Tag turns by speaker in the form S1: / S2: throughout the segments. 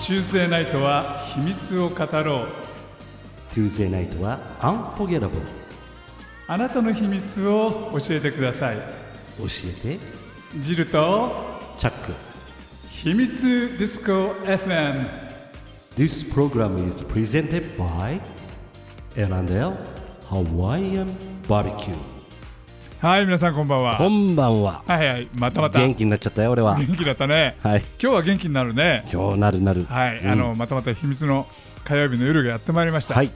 S1: チューズデーナイトは秘密を語ろう
S2: Tuesday night は Unforgettable
S1: あなたの秘密を教えてください
S2: 教えて
S1: ジルと
S2: チャック
S1: 秘密ディスコ FM
S2: This program is presented by L&L Hawaiian Barbecue
S1: はい皆さんこんばん
S2: こ
S1: は
S2: んばんは
S1: はいはいまたまた
S2: 元
S1: 元
S2: 気になっちゃったよ俺 は
S1: 気だったね
S2: はい
S1: 今日は元気になるね
S2: 今日なるなる
S1: はい、
S2: うん
S1: あのまたまた秘密の火曜日の夜がやってまいりました、
S2: はい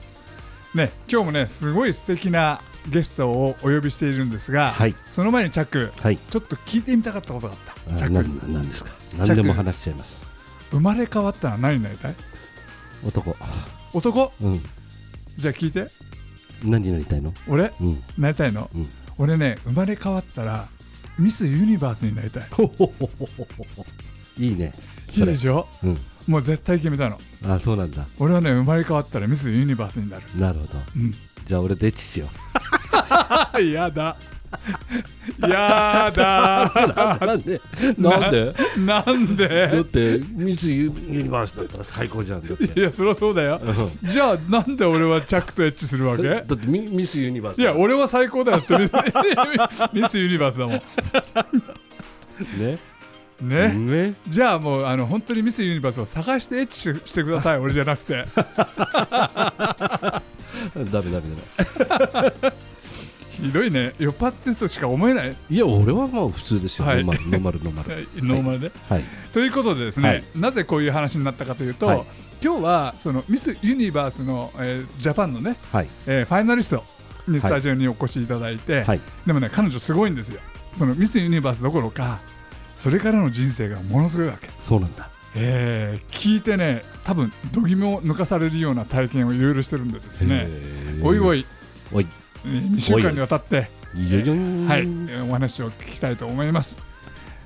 S1: ね今日もねすごい素敵なゲストをお呼びしているんですが、
S2: はい
S1: その前にチャック、
S2: はい
S1: ちょっと聞いてみたかったことがあったチャ
S2: 何
S1: ック
S2: なんですか何でも話しちゃいます
S1: 生まれ変わったら何になりたい
S2: 男
S1: 男
S2: うん
S1: じゃあ聞いて
S2: 何になりたいの
S1: 俺
S2: うん
S1: なりたいの、
S2: うん
S1: 俺ね生まれ変わったらミスユニバースになりたい
S2: いいね
S1: いいでしょ
S2: うん
S1: もう絶対決めたの
S2: あそうなんだ
S1: 俺はね生まれ変わったらミスユニバースにな る
S2: なるほど
S1: うん
S2: じゃあ俺デッチしよ
S1: あやだ やだ
S2: うなんでなんで
S1: なん
S2: だ っ
S1: で
S2: て三井ユニバースだったら最高じゃんだって
S1: いやそりゃそうだよ
S2: う
S1: じゃあなんで俺はチャックとエッチするわ
S2: んだ
S1: け
S2: ってミミスユニバース
S1: いや俺は最高だよって ミスユニバースだも
S2: ね
S1: んね
S2: ね
S1: じゃあもうあの本当にミスユニバースを探してエッチししてください俺じゃなくて
S2: ダメダメダメ
S1: ひどいね酔っ払ってるとしか思えない、
S2: いや俺はまあ普通ですよ、
S1: はい
S2: ノーマルノーマルノーマル
S1: ノーマルで、
S2: はい
S1: ということでですね、
S2: はい
S1: なぜこういう話になったかというと、
S2: はい
S1: 今日はそのミスユニバースの、えージャパンのね、
S2: はい
S1: えーファイナリストにスタジオにお越しいただいて、
S2: はい
S1: でもね彼女すごいんですよそのミスユニバースどころかそれからの人生がものすごいわけ、
S2: そうなんだ
S1: えー聞いてね多分度肝を抜かされるような体験をいろいろしてるんでですね
S2: へー
S1: おいおい
S2: おい
S1: 2週間にわたって
S2: いよよん
S1: はい、えーお話を聞きたいと思います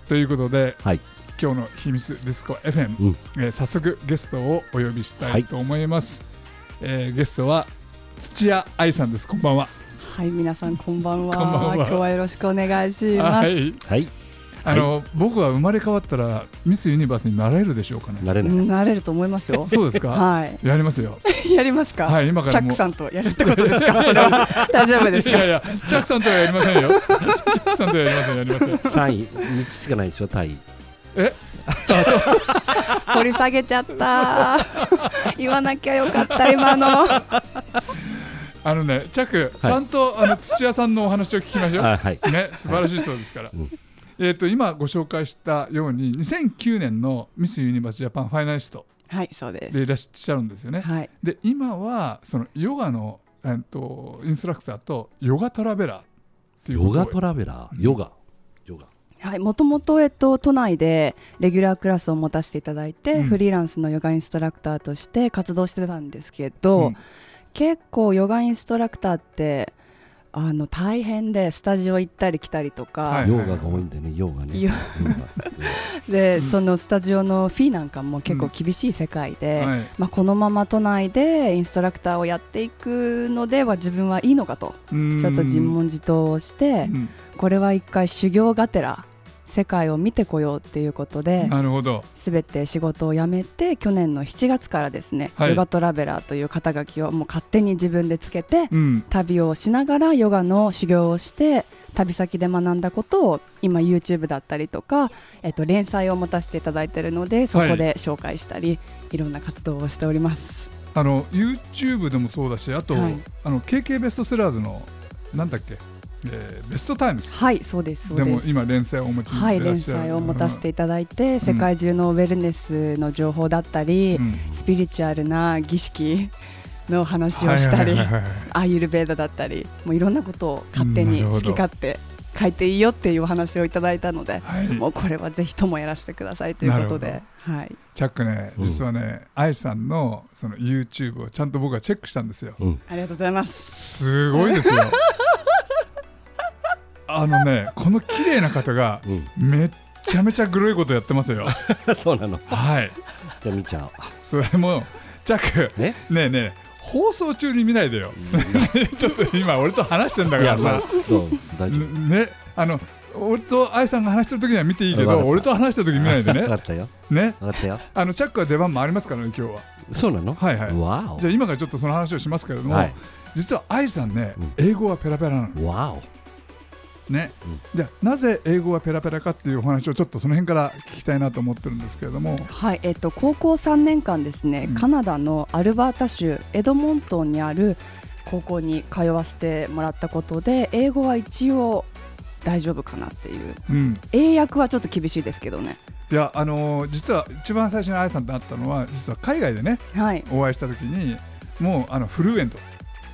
S1: ということで
S2: はい
S1: 今日の秘密ディスコ FM、
S2: うん
S1: えー早速ゲストをお呼びしたいと思います、えーゲストは土屋愛さんですこんばんは
S3: はい、皆さんこんばんは。
S1: こんばんは
S3: 今日はよろしくお願いします。
S1: はい
S2: はい
S1: あの、僕は生まれ変わったらミスユニバースになれるでしょうかね。
S2: なれない、
S3: なれると思いますよ
S1: そうですか、
S3: は
S1: やりますよ
S3: い、やりますか。
S1: はい今から
S3: チャ
S1: も
S3: ッ
S1: う
S3: クさんとやるってことで すか。それは大丈夫です
S1: い
S3: か
S1: や。いやジャックさんとはやりませんよ ジャックさんとはやりませんやりません
S2: 単位3つしかないでしょ単位
S3: 掘り下げち ゃった。言わなきゃよかった今の。
S1: あのねチャック、ち
S2: はい
S1: ゃんとあの土屋さんのお話を聞きましょう
S2: あはい
S1: ね、素晴らしい人ですから。
S2: うん
S1: えっと今ご紹介したように2009年のミスユニバースジャパンファイナリスト
S3: はい、そうです。
S1: でいらっしゃるんですよね。
S3: はい、
S1: で今はそのヨガの、えっとインストラクターとヨガトラベラーっていう
S2: ヨガト
S1: ラ
S2: ラベラーヨガヨガ
S3: はい、もともとえっと都内でレギュラークラスを持たせていただいて、
S1: うん
S3: フリーランスのヨガインストラクターとして活動してたんですけど、
S1: うん
S3: 結構ヨガインストラクターってあの大変でスタジオ行ったり来たりとか、
S1: はい
S2: ヨガが多いんだよねヨガね
S3: ヨ
S2: ヨガ
S3: で、
S1: うん
S3: そのスタジオのフィーなんかも結構厳しい世界で、
S1: はい
S3: まあ、このまま都内でインストラクターをやっていくのでは自分はいいのかと
S1: うーん
S3: ちょっと尋問自答をしてこれは一回修行がてら世界を見てこようっていうこと
S1: うん
S3: で
S1: なるほど。
S3: 全て仕事を辞めて去年の7月からですね「
S1: はい
S3: ヨガトラベラー」という肩書きをもう勝手に自分でつけて
S1: うん、
S3: 旅をしながらヨガの修行をして旅先で学んだことを今 YouTube だったりとか、えっと、連載を持たせていただいているのでそこで紹介したり、い、ろんな活動をしております
S1: あの YouTube でもそうだしあと、
S3: はい
S1: あの KK ベストセラーズのなんだっけ、えーベストタイムス
S3: はいそうですそう
S1: で
S3: です
S1: も今連載をお持ち
S3: は
S1: にい
S3: い
S1: らっ
S3: 連
S1: しゃる
S3: 載を持たせていただいて、世界中のウェルネスの情報だったり、
S1: うん
S3: スピリチュアルな儀式の話をしたり、
S1: はいはいはいはい
S3: アーユルベーダだったりもういろんなことを勝手
S1: うん
S3: に
S1: なるほ
S3: 好
S1: ど
S3: き勝手書いていいよっていうお話をいただいたので、
S1: はい
S3: もうこれはぜひともやらせてくださいということ
S1: なる
S3: で、はい、
S1: チャックね、
S2: うん
S1: 実はね、愛さんのその YouTube をちゃんと僕はチェックしたんですよ。
S2: うん
S3: ありがとうございます。
S1: すごいです よ。あのね、この綺麗な方が
S2: うん
S1: めっちゃめちゃグロいことやってますよ。
S2: そうなの
S1: はい、
S2: じゃあ見ちゃ
S1: それもチャッ
S2: おう ね
S1: ク、ねえねえ、放送中に見ない でよ。ちょっと今俺と話してんだ
S2: い
S1: か
S2: や
S1: ら
S2: まあ
S1: さ、
S2: そう大丈夫
S1: ね、あの俺と愛さんが話してる時には見ていいけ
S2: わかっ
S1: ど
S2: た
S1: 俺と話した時見ないで
S2: 分か
S1: ね
S2: ったよ。
S1: ね
S2: 分かったよ。
S1: あのチャックは出番もありますからね今日は
S2: そうなの
S1: はいはい
S2: わ
S1: じゃあ今からちょっとその話をしますけれど
S2: お。
S1: も、
S2: はい。
S1: 実は愛さんね
S2: うん
S1: 英語はペラペラなの
S2: わお。
S1: ね、でなぜ英語はペラペラかっていうお話をちょっとその辺から聞きたいなと思ってるんですけれども
S3: はい、えっと、高校3年間ですね、
S1: うん
S3: カナダのアルバータ州エドモントンにある高校に通わせてもらったことで英語は一応大丈夫かなっていう
S1: うん
S3: 英訳はちょっと厳しいですけどね
S1: いやあのー実は一番最初に愛さんと会ったのは実は海外でね
S3: はい
S1: お会いした時にもうあのフルエント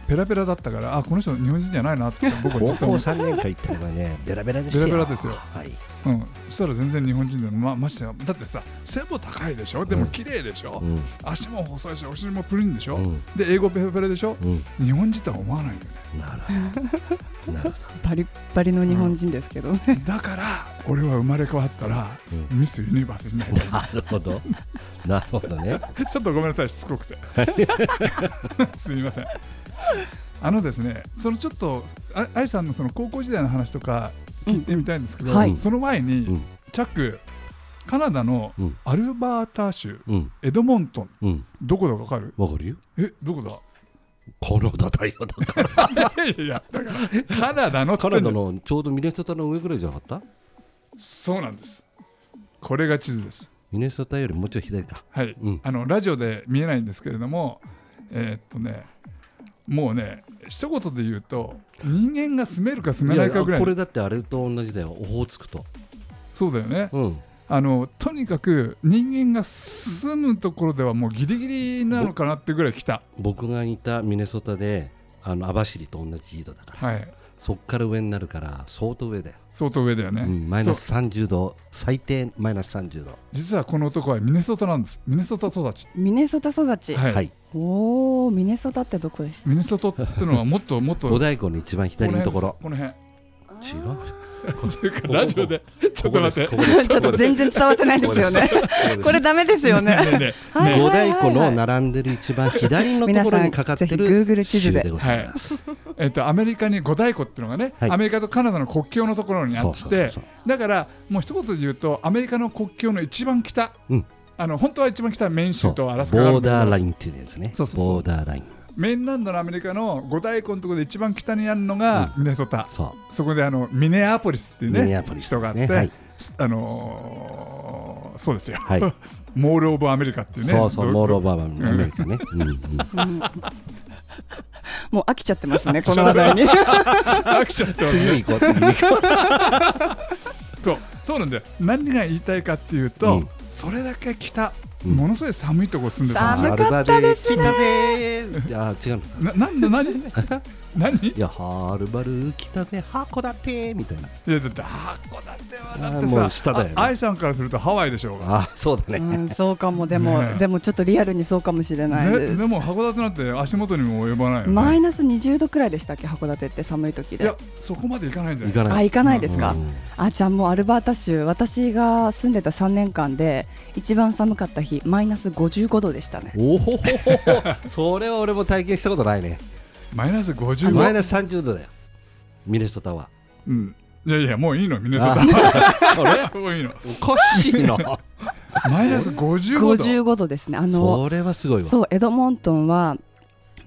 S1: ペラペラだったからあこの人日本人じゃないなって僕は
S2: 高
S1: 実
S2: 校
S1: は、
S2: 三年間行ったのがね、ベラベラですよ。
S1: ベラベラですよ
S2: はい。
S1: うん、そしたら全然日本人でまましてやだってさ背も高いでしょでも綺麗でしょ、
S2: うん。
S1: 足も細いしお尻もプリンでしょ、
S2: うん
S1: で英語ペラペラでしょ
S2: うん。
S1: 日本人とは思わないんだよね
S2: なるほど。なるほ
S3: バリッバリの日本人ですけど、
S1: だから俺は生まれ変わったら、
S2: う
S1: ミスユニバースになりたい
S2: ど。なるほど。なるほどね。
S1: ちょっとごめんなさいしつこ くてすみませんあのですねそのちょっとあ愛さんのその高校時代の話とか聞いてみたいんですけど、
S3: うんはい
S1: その前に、
S2: うん
S1: チャックカナダの
S2: うん
S1: アルバータ州
S2: うん。
S1: エドモントン
S2: うん。
S1: どこだかわかる
S2: わかるよ。
S1: えどこだ
S2: カナダだよ。だから。
S1: い やいやいやだからカナダのっつ
S2: カ
S1: って
S2: ナ
S1: んだ
S2: ダ
S1: よ
S2: のちょうどミネソタの上ぐらいじゃなかった
S1: そうなんですこれが地図です
S2: ミネソタよりもうちょい左か。
S1: はい、
S2: うん
S1: あのラジオで見えないんですけれども、えーっとね、もうね、一言で言うと、人間が住めるか住めないかぐらい
S2: これだってあれと同じだよ。オホーツクと。
S1: そうだよね、
S2: うん。
S1: あの、とにかく人間が住むところではもうギリギリなのかなってぐらい来た、
S2: 僕がいたミネソタで、あの網走と同じ緯度だから。
S1: はい、
S2: そっから上になるから、相当上だよ。
S1: 相当上だよね、
S2: うん、マイ
S1: そ
S2: ナ
S1: う
S2: ス30度、最低マイナス30度。
S1: 実はこの男はミネソタなんです、ミネソタ育ち。
S3: ミネソタ育ち、
S1: はい
S2: はい。
S3: おおミネソタってどこでした
S1: ミネソタってのはもっともっと
S2: 五大湖の一番左のところ。
S1: この辺で
S2: 違う。
S1: すこの辺っていうかラジオで ちょっと待って
S2: ここです
S3: ちょっと全然伝わってないですよね。 これダメですよね。
S1: ねえね
S3: はい
S2: 五大湖の並んでる一番左のところにかかってる
S3: 皆さんぜひ Google 地図で
S2: 州ございます。
S1: えねええっとアメリカに五大湖っていうのがね、
S2: はい
S1: アメリカとカナダの国境のところにあ
S2: そう
S1: っ
S2: そうそう
S1: て
S2: そう。
S1: だからもう一言で言うとアメリカの国境の一番北、
S2: うん
S1: あの本当は一番北はメイン
S2: そ
S1: 州
S2: うボ
S1: とアラスカがある
S2: ー
S1: んだけど
S2: ダーラインっていうやつね。
S1: そうそうそう
S2: ボーダーライン。
S1: メインランドのアメリカの五大湖のところで一番北にあるのがミネソタ、
S2: そ
S1: そこであのミネアポリスっていう
S2: ミネ
S1: ね
S2: アポリス
S1: 人
S2: ですね
S1: があって、
S2: はい
S1: あのーそうですよ、
S2: はい。
S1: モール・オブ・アメリカっていううね
S2: そうそう、
S1: ど
S2: モールオバーバーアメ リカね。うんうん
S3: もう飽きちゃってますね、この話題に。
S1: 飽きちゃったわね
S2: 次に行こう。次に行こ
S1: そうそうなんだよ何が言いたいかっていうと、
S2: うん
S1: それだけ北、
S2: うん
S1: ものすごい寒いところ住んでたんで
S2: う。
S1: す
S3: 寒
S1: よ
S3: かったですね
S2: アルバで来たぜ。いや、違うの。
S1: ななんで何 何
S2: いや、はるばる来たぜ、函館みたいな。
S1: いやだって函館はだって
S2: あーも
S1: さ
S2: う下だよね
S1: あ愛さんからするとハワイでしょうが
S2: あ、そうだ
S3: う
S2: ね。
S3: ん、そうかも、でも、
S1: ねえ
S3: でもちょっとリアルにそうかもしれない
S1: ぜ
S3: で。
S1: ですも函館なんて足元にも及ばないよね、
S3: マイ
S1: い
S3: ナス20度くらいでしたっけ、函館って寒い時で
S1: や。そこまでいかないんじゃ
S2: 行
S1: ない
S2: か
S3: あ、
S2: ない。
S3: 行かないですか。
S2: うん
S3: あ、じゃあもうアルバータ州、私が住んでた3年間で、一番寒かった日、マイナス55度でしたね。
S2: おお、 それは俺も体験したことないね。
S1: マイナス55
S2: マイナス30度だよ、ミネソタは。
S1: うんいやいやもういいのミネソタ
S2: あ
S1: もう いいの
S2: れおかしい な。
S1: マイナス55度
S3: 55度ですね。あの、
S2: それはすごいわ。
S3: そうエドモントンは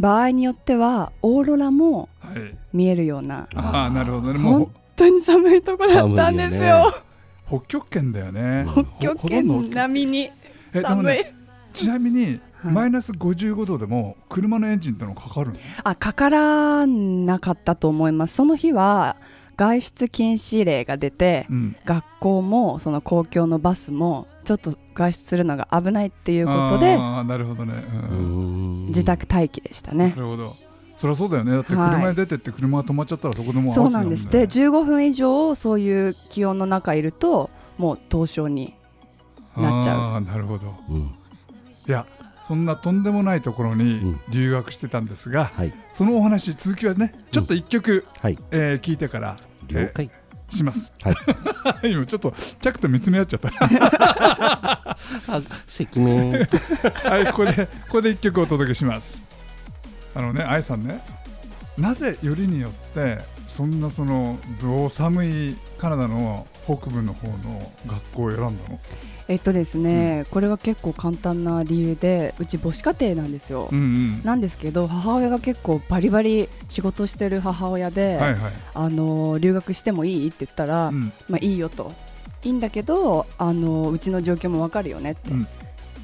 S3: 場合によってはオーロラも
S1: はい、
S3: 見えるような
S1: ああなるほどねもう
S3: 本当に寒いとこだったんですよ、
S1: ほ北極圏だよね
S2: ほ
S3: 北 極圏並みに
S1: えでも
S3: 寒い、
S1: ねちなみに
S3: はい
S1: マイナス55度でも車のエンジンとのかかるの
S3: あかからなかったと思いますその日は外出禁止令が出て
S1: うん
S3: 学校もその公共のバスもちょっと外出するのが危ないってい
S1: と
S3: うことで
S1: なるほどね、う
S2: うんん
S3: 自宅待機でした
S1: な
S3: ね
S1: るほどそりゃそうだよねだって車に出てって車が止まっちゃったらそこでもう
S3: そうなんです
S1: アウト
S3: で
S1: だもんね
S3: 15分以上そういう気温の中いるともう凍傷になっちゃう
S1: ああなるほど
S2: うん
S1: いやそんなとんでもないところ
S2: う
S1: に
S2: ん
S1: 留学してたんですが、
S2: はい、
S1: そのお話続きはねちょっと一曲、
S2: はい、
S1: えー聞いてから、え
S2: 了
S1: ー
S2: 解。
S1: します、
S2: はい
S1: 今ちょっとチャックと見つめ合っちゃった
S2: あ、赤面。
S1: はいここでここで一曲お届けしますあのね愛さんねなぜよりによってそんなそのどう寒いカナダの北部の方の学校を選んだの
S3: えっとですね、これは結構簡単な理由でうち母子家庭なんですよ、
S1: うんうん
S3: なんですけど母親が結構バリバリ仕事してる母親で、
S1: はいはい、
S3: あの留学してもいいって言ったら、
S1: うん
S3: まあいいよといいんだけどあのうちの状況もわかるよねっ
S1: うん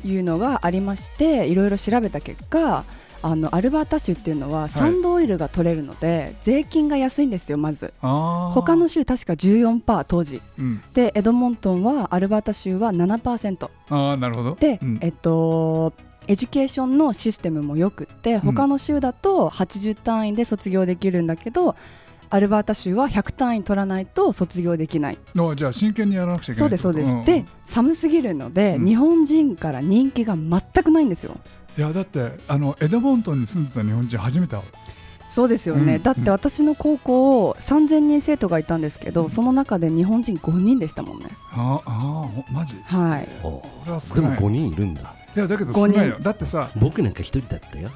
S3: ていうのがありましていろいろ調べた結果あのアルバータ州っていうのはサンドオイルが取れるので、税金が安いんですよまず
S1: あー
S3: 他の、州確か14%当時
S1: うん、
S3: でエドモントンはアルバータ州は7%
S1: ああなるほど
S3: で、
S1: うん
S3: えっとエデュケーションのシステムもよくって他の州だと80単位で卒業できるんだけど、アルバータ州は100単位取らないと卒業できない
S1: あじゃあ真剣にやらなくちゃいけ
S3: そ
S1: な
S3: う
S1: い
S3: ですそうです、
S1: ん
S3: で寒すぎるので、
S1: うん
S3: 日本人から人気が全くないんですよ
S1: いやだってあのエドモントンに住んでた日本人初めて会う
S3: そうですよね、
S1: うん
S3: だって私の高校3000人生徒がいたんですけど、
S1: うん
S3: その中で日本人5人でしたもんね
S1: ああほマジ
S3: はい
S2: お
S1: 俺は
S2: で
S1: 少
S2: も
S1: ない
S2: 5人いるんだ
S1: いやだけど
S3: 五
S1: 少
S3: 人
S1: ないよだってさ
S2: 僕なんか一人だったよ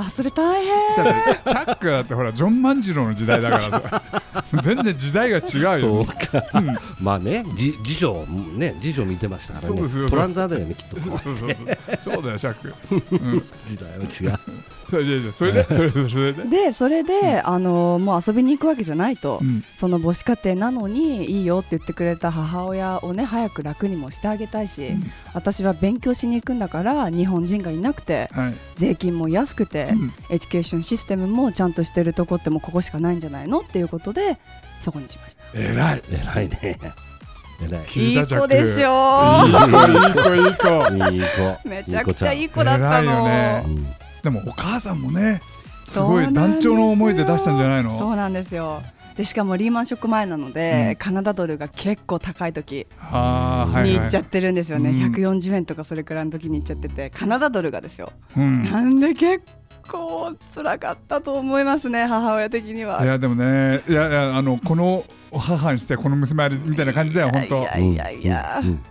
S3: あそれ大変
S1: だってチャックだってほらジョン万次郎の時代だから さ全然時代が違うよ、
S2: か
S1: うん
S2: まあねじ辞書をね辞書見てましたから
S1: そうですよ
S2: ねトランザーだよねきっと
S1: そうそうそうそうだよシャック、うん、
S2: 時代は違う
S1: それでそれでそれでそれで、
S3: でそれで、あのもう遊びに行くわけじゃないと、
S1: うん、
S3: その母子家庭なのにいいよって言ってくれた母親をね早く楽にもしてあげたいし、
S1: うん
S3: 私は勉強しに行くんだから日本人がいなくて
S1: はい、
S3: 税金も安くて、
S1: うん
S3: エデュケーションシステムもちゃんとしてるとこってもうここしかないんじゃないのっていうことでそこにしました
S1: 偉い
S2: 偉いね偉い
S1: 聞いたじゃんいい子いい子いい
S2: い
S3: ょ
S2: い子いい
S1: 子だったの偉いよ
S2: 子
S1: ね
S2: ん
S1: 子でもお母さんもねす
S3: そう
S1: ご
S3: なん
S1: い
S3: ですよ
S1: 団長の思いで出したんじゃないの
S3: そうなんですよでしかもリーマンショック前なので、
S1: うん
S3: カナダドルが結構高い時
S1: あーはい
S3: に行
S1: は
S3: っ
S1: い
S3: ちゃってるんですよね、
S1: うん
S3: 140円とかそれくらいの時に行っちゃっててカナダドルがですよ
S1: うん
S3: なんで結構辛かったと思いますね母親的にはい
S1: やでもねいやいやあのこの母にしてこの娘ありみたいな感じだよ本
S3: い
S1: 当
S3: やいやいや
S2: うんうん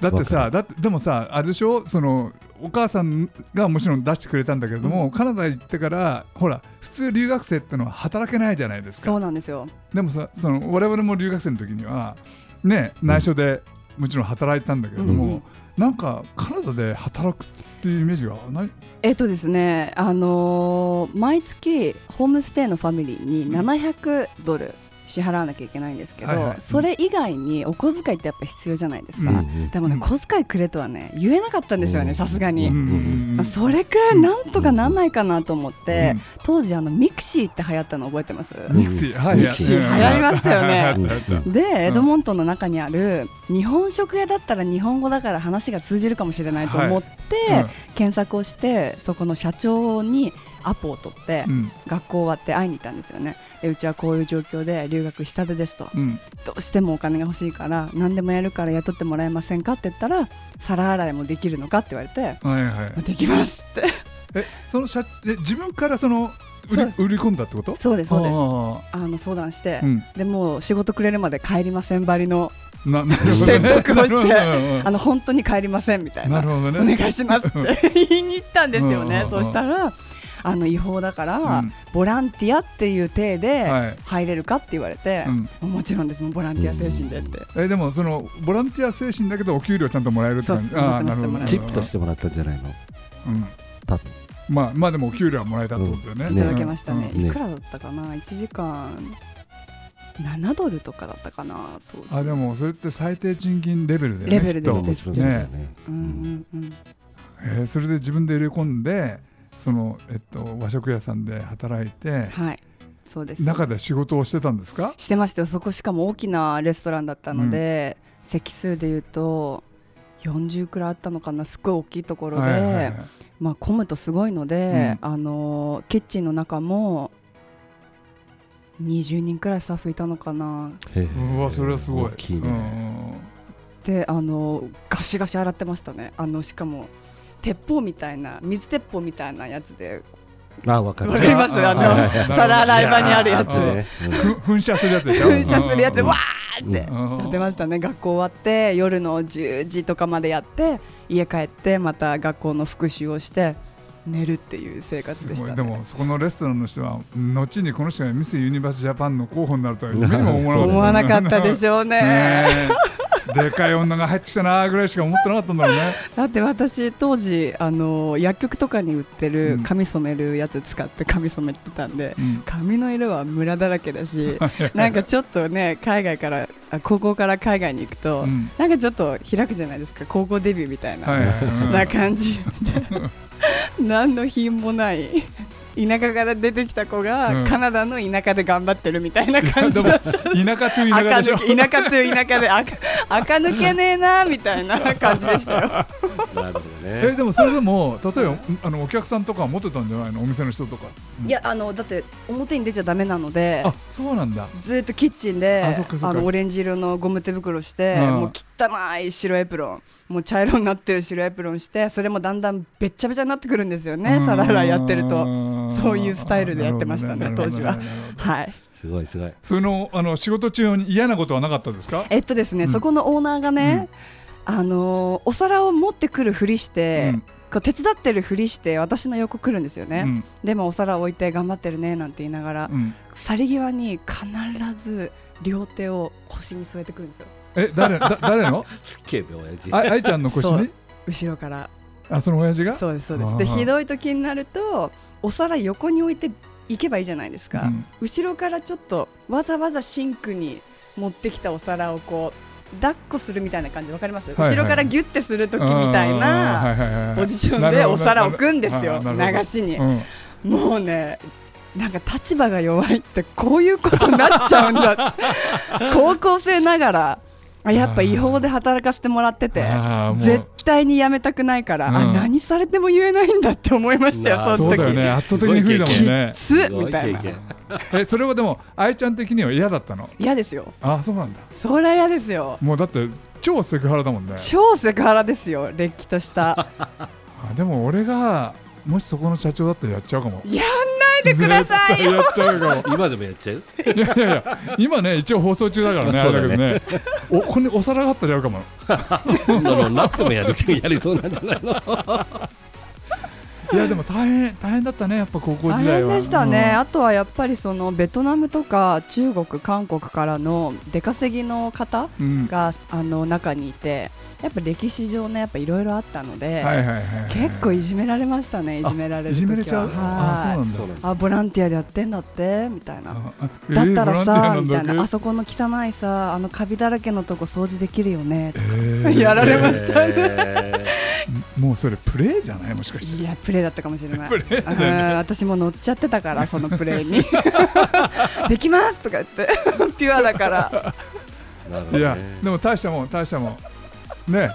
S1: だってさ
S2: わ
S1: だってでもさあれでしょそのお母さんがもちろん出してくれたんだけれども、カナダ行ってからほら普通留学生ってのは働けないじゃないですか
S3: そうなんですよ
S1: でもさその我々も留学生の時にはね内緒でもちろん働いたんだけれども、
S3: うん
S1: なんかカナダで働くっていうイメージがない
S3: えっとですねあのー毎月ホームステイのファミリーに700ドル支払わなきゃいけないんですけど、
S1: はいはい
S3: それ以外にお小遣いってやっぱ必要じゃないですか、
S1: うん
S2: うん
S3: でもね、
S1: うん
S3: 小遣いくれとはね言えなかったんですよね
S2: うん
S3: さすがに、
S1: うんん
S3: まあそれくらいなんとかなんないかなと思って、
S1: うん
S3: 当時あのミクシーって流行ったの覚えてます、
S2: ん
S1: ミクシー、はい、
S3: ミクシー流行りましたよね
S1: うん流行った流行っ
S3: で、エドモントンの中にある日本食屋だったら日本語だから話が通じるかもしれないと思って、
S1: た
S3: 検索をしてそこの社長にアポを取って、
S1: うん
S3: 学校終わって会いに行ったんですよねでうちはこういう状況で留学したてですと
S1: うん
S3: どうしてもお金が欲しいから何でもやるから雇ってもらえませんかって言ったら皿洗いもできるのかって言われて
S1: うんはいはい
S3: できますって
S1: えその社え自分からその売
S3: そう
S1: り
S3: です
S1: 売り込んだってこと
S3: そうですそうです
S1: あ
S3: あの相談して
S1: ー、うん
S3: でもう仕事くれるまで帰りませんばりの
S1: ななる ほどね
S3: 潜伏をして
S1: なるほど
S3: あの本当に帰りませんみたいな
S1: なるほどね
S3: お願いしますって言いに行ったんです
S1: う
S3: よね、
S1: んうんうん
S3: そうしたらあの違法だから、
S1: うん
S3: ボランティアっていう体で
S1: はい
S3: 入れるかって言われて
S1: う、ん
S3: もちろんですもうボランティア精神でって、
S1: えでもそのボランティア精神だけどお給料ちゃんともらえるって感じ
S3: そうそう
S1: あーなるほど
S3: もらえます
S2: チップとしてもらったんじゃないの
S1: うん
S2: 多分
S1: まあまあでもお給料はもらえたってことだよ
S2: うん
S1: ね
S3: いただけましたね
S1: うん
S2: うん
S3: いくらだったかな1時間7ドルとかだったかな当時
S1: あでもそれって最低賃金レベルで
S3: レベルです
S2: でももちろん
S1: です
S2: そうだよね
S3: うんうんうん
S1: えーそれで自分で入れ込んでそのえっと和食屋さんで働いて
S3: はいそうです
S1: 中で仕事をしてたんですか
S3: してましたよそこしかも大きなレストランだったので、席数でいうと40くらいあったのかなすっごい大きいところで、
S1: はいはいはい
S3: まあ、混むとすごいので、あのーキッチンの中も20人くらいスタッフいたのかな
S2: へえ
S1: うわそれはすごい
S2: 大きい
S1: うんうん
S2: ね
S1: うん
S3: であのーガシガシ洗ってましたねあのしかも鉄砲みたいな水鉄砲みたいなやつで
S2: あわかる
S3: わか りますあの
S1: はいはいはい
S3: 皿洗い場にあるやつ
S1: いーふ噴射するやつでしょ
S3: 噴射するやつでわーってや
S1: っ
S3: ってましたね学校終わって夜の10時とかまでやって家帰ってまた学校の復習をして寝るっていう生活でし
S1: すご
S3: た、
S1: い
S3: ね、
S1: でもそこのレストランの人は後にこの人がミス・ユニバース・ジャパンの候補になるとは夢にも思わなかった
S3: 思わなかったでしょうね
S1: ねえでかい女が入ってきたなぐらいしか思ってなかったんだろうね
S3: だって私当時あの薬局とかに売ってる髪染めるやつ使って髪染めてたんで、
S1: うん
S3: 髪の色はムラだらけだ しなんかちょっとね海外からあ高校から海外に行くと、
S1: うん
S3: なんかちょっと開くじゃないですか高校デビューみたいな、
S1: はいはいうん
S3: な 感じで何の品もない田舎から出てきた子が、
S1: うん
S3: カナダの田舎で頑張ってるみたいな感じ
S1: でも田舎という田舎で
S3: 赤
S1: しょ
S3: 抜け田舎という田舎で赤赤抜けねえなみたいな感じでしたよ。
S2: なるほど
S1: え
S2: ね。
S1: でもそれでも例えばあのお客さんとかは持ってたんじゃないのお店の人とか
S3: いやあのだって表に出ちゃダメなので
S1: あそうなんだ
S3: ずっとキッチンで
S1: あそっかそっか
S3: あのオレンジ色のゴム手袋して、
S1: うん
S3: もう汚い白エプロンもう茶色になってる白エプロンしてそれもだんだんべっちゃべちゃになってくるんですよね皿洗いやってると
S1: と
S3: そういうスタイルでやってましたね当時ははい
S2: すごいすごい。
S1: そのあの仕事中に嫌なことはなかったですか
S3: えっとですね、
S1: うん
S3: そこのオーナーがね、あのーお皿を持ってくるふりして、
S1: うん
S3: こう手伝ってるふりして私の横来るんですよね、
S1: うん
S3: でもお皿置いて頑張ってるねなんて言いながら、
S1: うん
S3: 去り際に必ず両手を腰に添えてくるんですよ
S1: え誰だ誰の
S2: すっげえべ親父。
S1: あ愛ちゃんの腰
S3: そ
S1: に
S3: う後ろから
S1: あその親父が
S3: そうですそうで
S1: あ
S3: す
S1: ー
S3: でひどい時になるとお皿横に置いていけばいいじゃないですか、
S1: うん
S3: 後ろからちょっとわざわざシンクに持ってきたお皿をこう抱っこするみたいな感じわかります、
S1: いはい
S3: 後ろからギュッてする時みた
S1: あー
S3: い
S1: は
S3: な
S1: はいはいはい
S3: ポジションでお皿置くんですよ
S1: あーなる
S3: 流
S1: ほ
S3: しに
S1: ど、うん
S3: もうねなんか立場が弱いってこういうことになっちゃう んだ高校生ながらあやっぱ違法で働かせてもらってて
S1: あーもう
S3: 絶対に辞めたくないから、
S1: うん
S3: あ何されても言えないんだって思いました
S2: う
S3: よ
S2: わ
S3: その
S1: そう
S3: 時
S1: だよね圧倒的に不利だもんね
S3: す
S2: すごい
S3: みたいな
S2: 経験
S1: えそれはでも愛ちゃん的には嫌だったの
S3: 嫌ですよ
S1: あそうなんだ
S3: そりゃ嫌ですよ
S1: もうだって超セクハラだもんね
S3: 超セクハラですよれっきとした
S1: あでも俺がもしそこの社長だったらやっちゃうかも
S3: やんないでください
S1: 絶対やっちゃうかも
S2: 今でもやっちゃう。
S1: いやいやいや今ね一応放送中だからねあ
S2: そう
S1: れ
S2: だ
S1: だけどねおここにお皿があったらやるかも
S2: そんなのなくてもやるやりそう なんじゃないの。
S1: いやでも大変大変だったねやっぱ高校
S3: 大
S1: 時代
S3: 変
S1: は
S3: でしたね、
S1: うん
S3: あとはやっぱりそのベトナムとか中国韓国からの出稼ぎの方
S1: うん
S3: があの中にいてやっぱ歴史上ねやっぱいろいろあったので、
S1: はいはいはいはい
S3: 結構いじめられましたねいじめられる
S1: い
S3: 時
S1: じ
S3: は
S1: めれちゃうあ
S3: はい
S1: そうなんだ
S2: そうなんだ。
S3: あボランティアでやってんだってみたいな
S1: ああえ
S3: だっ
S1: ー
S3: たら
S1: ボラ
S3: さ
S1: ン
S3: み
S1: ティ
S3: た
S1: ア
S3: い
S1: んだ
S3: なあそこの汚いさあのカビだらけのとこ掃除できるよね
S1: えー
S3: やられましたね
S2: ね。
S1: もうそれプレーじゃないもしかして
S3: いやプレーだったかもしれな い
S1: プレーだよね
S3: うん私も乗っちゃってたからそのプレー にできますとか言って ピュアだから
S2: なるほど
S1: い
S2: ね。
S1: や
S2: はい。
S1: でも大したもん大したもんね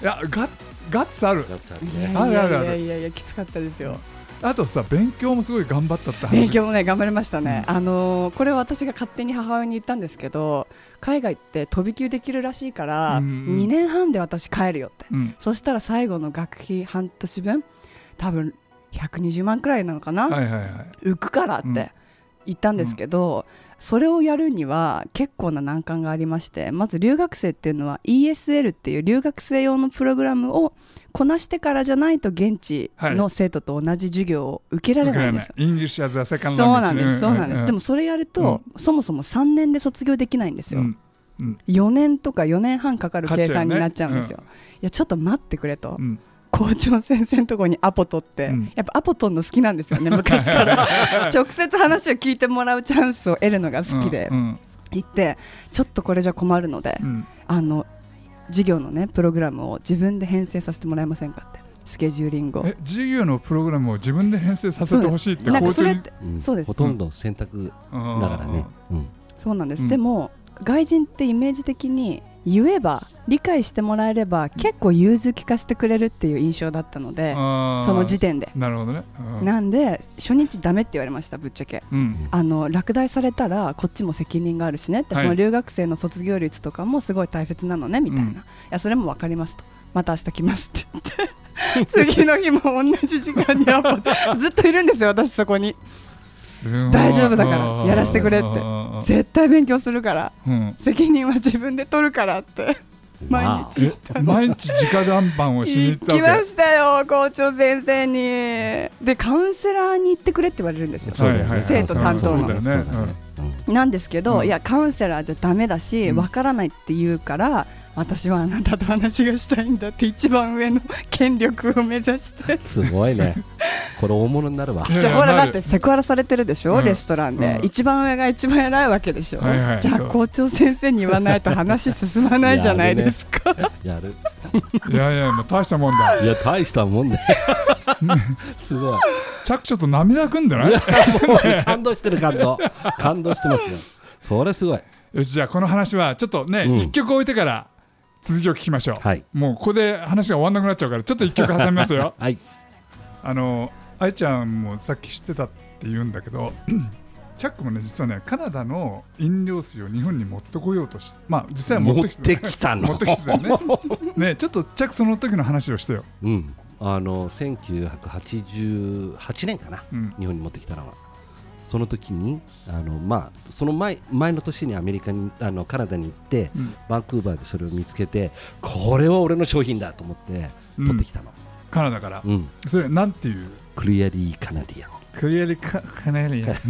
S1: いやガッガッツある
S2: だった
S3: い
S2: ね。
S1: あ
S3: やい
S1: るあるあ
S3: やい
S1: る
S3: やいやいやきつかったですよ
S1: あとさ勉強もすごい頑張ったって話
S3: 勉強もね頑張りましたね、あのーこれは私が勝手に母親に言ったんですけど海外って飛び級できるらしいから、
S1: うんうん
S3: 2年半で私帰るよって、
S1: うん
S3: そしたら最後の学費半年分多分120万くらいなのかな、
S1: はいはいはい
S3: 浮くからっ
S1: うん
S3: て言ったんですけど、それをやるには結構な難関がありましてまず留学生っていうのは ESL っていう留学生用のプログラムをこなしてからじゃないと現地の生徒と同じ授業を受けられないんですよ。
S1: イングリッシュアズアセカンド
S3: そうなんです、そうなんです。で
S1: も
S3: もそれやると、そもそも3年で卒業できないんですよ。
S1: うんうん
S3: 4年とか4年半かかる
S1: かかっ
S3: 計
S1: ちゃうよ
S3: 算
S1: ね
S3: になっちゃうんですよ。いやちょっと待ってくれと、
S1: うん
S3: 校長先生のところにアポ取って、
S1: うん
S3: やっぱアポ取るの好きな んですよね昔から直接話を聞いてもらうチャンスを得るのが好きで、
S1: うん
S3: 行ってちょっとこれじゃ困るので、
S1: うん
S3: あの授業のねプログラムを自分で編成させてもらえませんかってスケジューリングを
S1: え授業のプログラムを自分で編成させてほしいって
S3: なんか
S1: 校
S3: そ
S1: 長
S3: れ
S1: に
S3: って
S2: うん
S3: そうです
S2: ほとんど選択だ
S1: だ
S2: からね。うん。
S3: そうなんです、
S1: うん
S3: でも外人ってイメージ的に言えば理解してもらえれば結構融通聞かせてくれるっていう印象だったのでそ
S1: そ
S3: の時点で
S1: なるほどねうん
S3: なんで初日ダメって言われましたぶっちゃけ
S1: うん
S3: あの落第されたらこっちも責任があるしねって、
S1: はい
S3: その留学生の卒業率とかもすごい大切なのねみたい
S1: う
S3: な、
S1: ん
S3: いやそれも分かりますとまた明日来ますって言って 次の日も同じ時間にアポずっといるんですよ私そこに
S1: すごい
S3: 大丈夫だからやらせてくれって
S1: うん
S3: 絶対勉強するから
S1: うん
S3: 責任は自分で取るからって毎
S2: まあ
S3: 日
S1: 毎日直談判をしに行っ
S3: 行
S1: た
S3: き
S1: わ
S3: ま
S1: け
S3: したよ校長先生にでカウンセラーに行ってくれって言われるんですよ
S2: そうだよね
S1: はい
S3: 生徒担当
S2: そ
S3: の
S2: うだよね
S1: そうだよね
S2: うん
S3: なんですけど、
S1: うん
S3: いやカウンセラーじゃダメだし
S1: うん
S3: わからないって言うから、私はあなたと話がしたいんだって一番上の権力を目指して
S2: すごいね。これ大物になるわ。
S1: いやい
S3: じ
S1: や
S3: ゃあほら
S1: な
S3: だ
S1: る
S3: ってセクハラされてるでしょ、
S1: うん
S3: レストランで、
S1: うん
S3: 一番上が一番偉いわけでしょ、
S1: はいはい
S3: じゃあ
S1: そう
S3: 校長先生に言わないと話進まないじゃないですか、
S2: やる。
S1: いやいやもう大したもんだ
S2: いや、大したもん だよ。すごい。
S1: 着々と涙ぐんでないい
S2: や、もう感動してる、感動。感動してますね。それすごい。
S1: よしじゃあこの話はちょっとね、
S2: うん
S1: 一曲置いてから続きを聞きましょう、
S2: はい
S1: もうここで話が終わんなくなっちゃうからちょっと一曲挟みます よ
S2: はい。
S1: あの愛ちゃんもさっき知ってたって言うんだけど チャックもね実はねカナダの飲料水を日本に持ってこようとしてまあ実際は持ってきて
S2: 持ってきたの
S1: 持ってきてたよねねちょっとチャックその時の話をしてよ、
S2: うん。あの、1988年かな。
S1: うん
S2: 日本に持ってきたのは。その時にあの、まあ、その前前の年にアメリカにあのカナダに行って、
S1: うん
S2: バンクーバーでそれを見つけてこれは俺の商品だと思って取ってきたの、
S1: カナダから、
S2: うん
S1: それなんていう
S2: クリアリーカナディアン
S1: クリエリカカナリアンク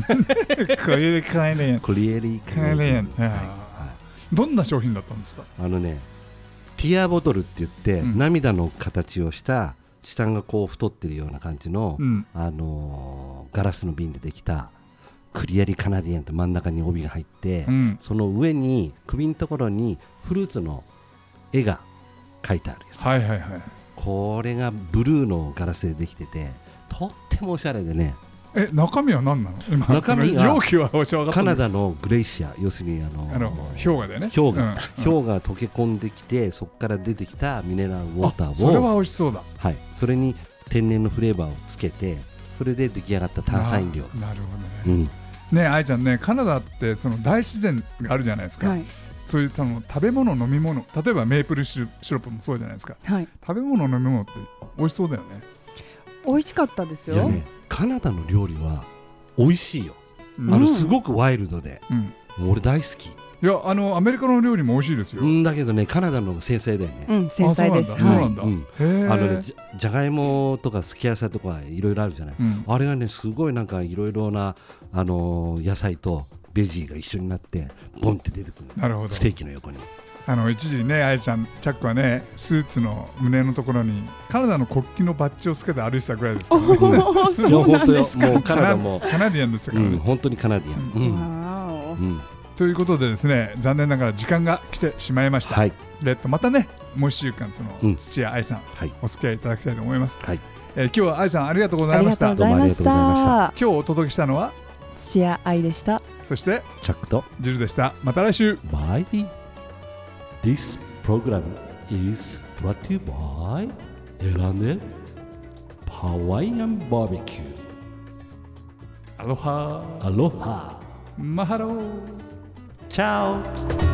S1: リエリカナリアン
S2: クリアリー
S1: カ
S2: カ
S1: ナ
S2: ナ
S1: リ
S2: ディ
S1: ア
S2: アン
S1: ン、あーどんな商品だったんですか
S2: あのねティアボトルって言って、
S1: うん
S2: 涙の形をした下がこう太ってるような感じの、
S1: うん
S2: あのーガラスの瓶でできたクリアリーカナディアンって真ん中に帯が入って、
S1: うん
S2: その上に首のところにフルーツの絵が描いてあるやつ
S1: はいはいはい
S2: これがブルーのガラスでできててとってもおしゃれでね
S1: え中身は何なの今
S2: 中身が
S1: その容器はおしゃ
S2: カナダのグレイシア要するにあの
S1: あの氷河だよね
S2: 氷河、
S1: うん
S2: 氷河溶け込んできてそこから出てきたミネラルウォーターを
S1: それは美味しそうだ
S2: はい、それに天然のフレーバーをつけてそれで出来上がった炭酸飲料、
S1: ななるほど
S2: う
S1: ね、
S2: ん、
S1: ね愛ちゃんねカナダってその大自然があるじゃないですか、
S3: はい
S1: そういうあの食べ物飲み物例えばメープルシロシロップもそうじゃないですか
S3: はい
S1: 食べ物飲み物って美味しそうだよね、
S3: 美味しかったです
S2: いや
S3: よ、
S2: ねカナダの料理は美味しいよ、
S1: うん
S2: あのすごくワイルドで
S1: うん、
S2: もう俺大好き
S1: いやあのアメリカの料理も美味しいですよ、
S2: うんだけどねカナダの方が繊細だよね、
S3: うん繊細です
S1: あそう
S3: は
S1: ないんだ、
S2: はい
S1: そうなんだへー
S2: あのねじゃじゃがいもとかすき野菜とかいろいろあるじゃない、
S1: うん
S2: あれがねすごいなんかいろいろな、あのー野菜とベジーが一緒になってボンって出てくる
S1: なるほど
S2: ステーキの横に
S1: あの一時ね愛ちゃんチャックはねスーツの胸のところにカナダの国旗のバッジをつけて歩いてたぐらいですからね
S3: おお、そうなんです
S2: いや本当よも
S3: か。
S2: うカナダも、
S1: カナディアンですか
S2: う
S1: らね、
S2: ん、本当にカナディアン、
S3: わ
S2: うんうん
S1: ということでですね残念ながら時間が来てしまいました、
S2: はい
S1: レッドまたねもう一週間その、
S2: うん
S1: 土屋愛さん
S2: はい
S1: お付き合いいただきたいと思います、
S2: はい
S1: えー今日は愛さんありがとうご
S3: お
S1: ざ
S3: あ
S1: い
S3: り
S1: ま
S3: が
S1: し
S3: と
S1: た
S3: うご
S1: 今
S3: ざいまし
S2: どうもありがとうござい
S3: た。
S1: 日お届けしたのは
S3: 土屋愛でした。
S1: そして
S2: チャックと
S1: ジルでしたまた来週
S2: Bye. This program is brought to you by Elane Hawaiian Barbecue.
S1: アロハ
S2: Aloha.
S1: マハロー
S2: Ciao.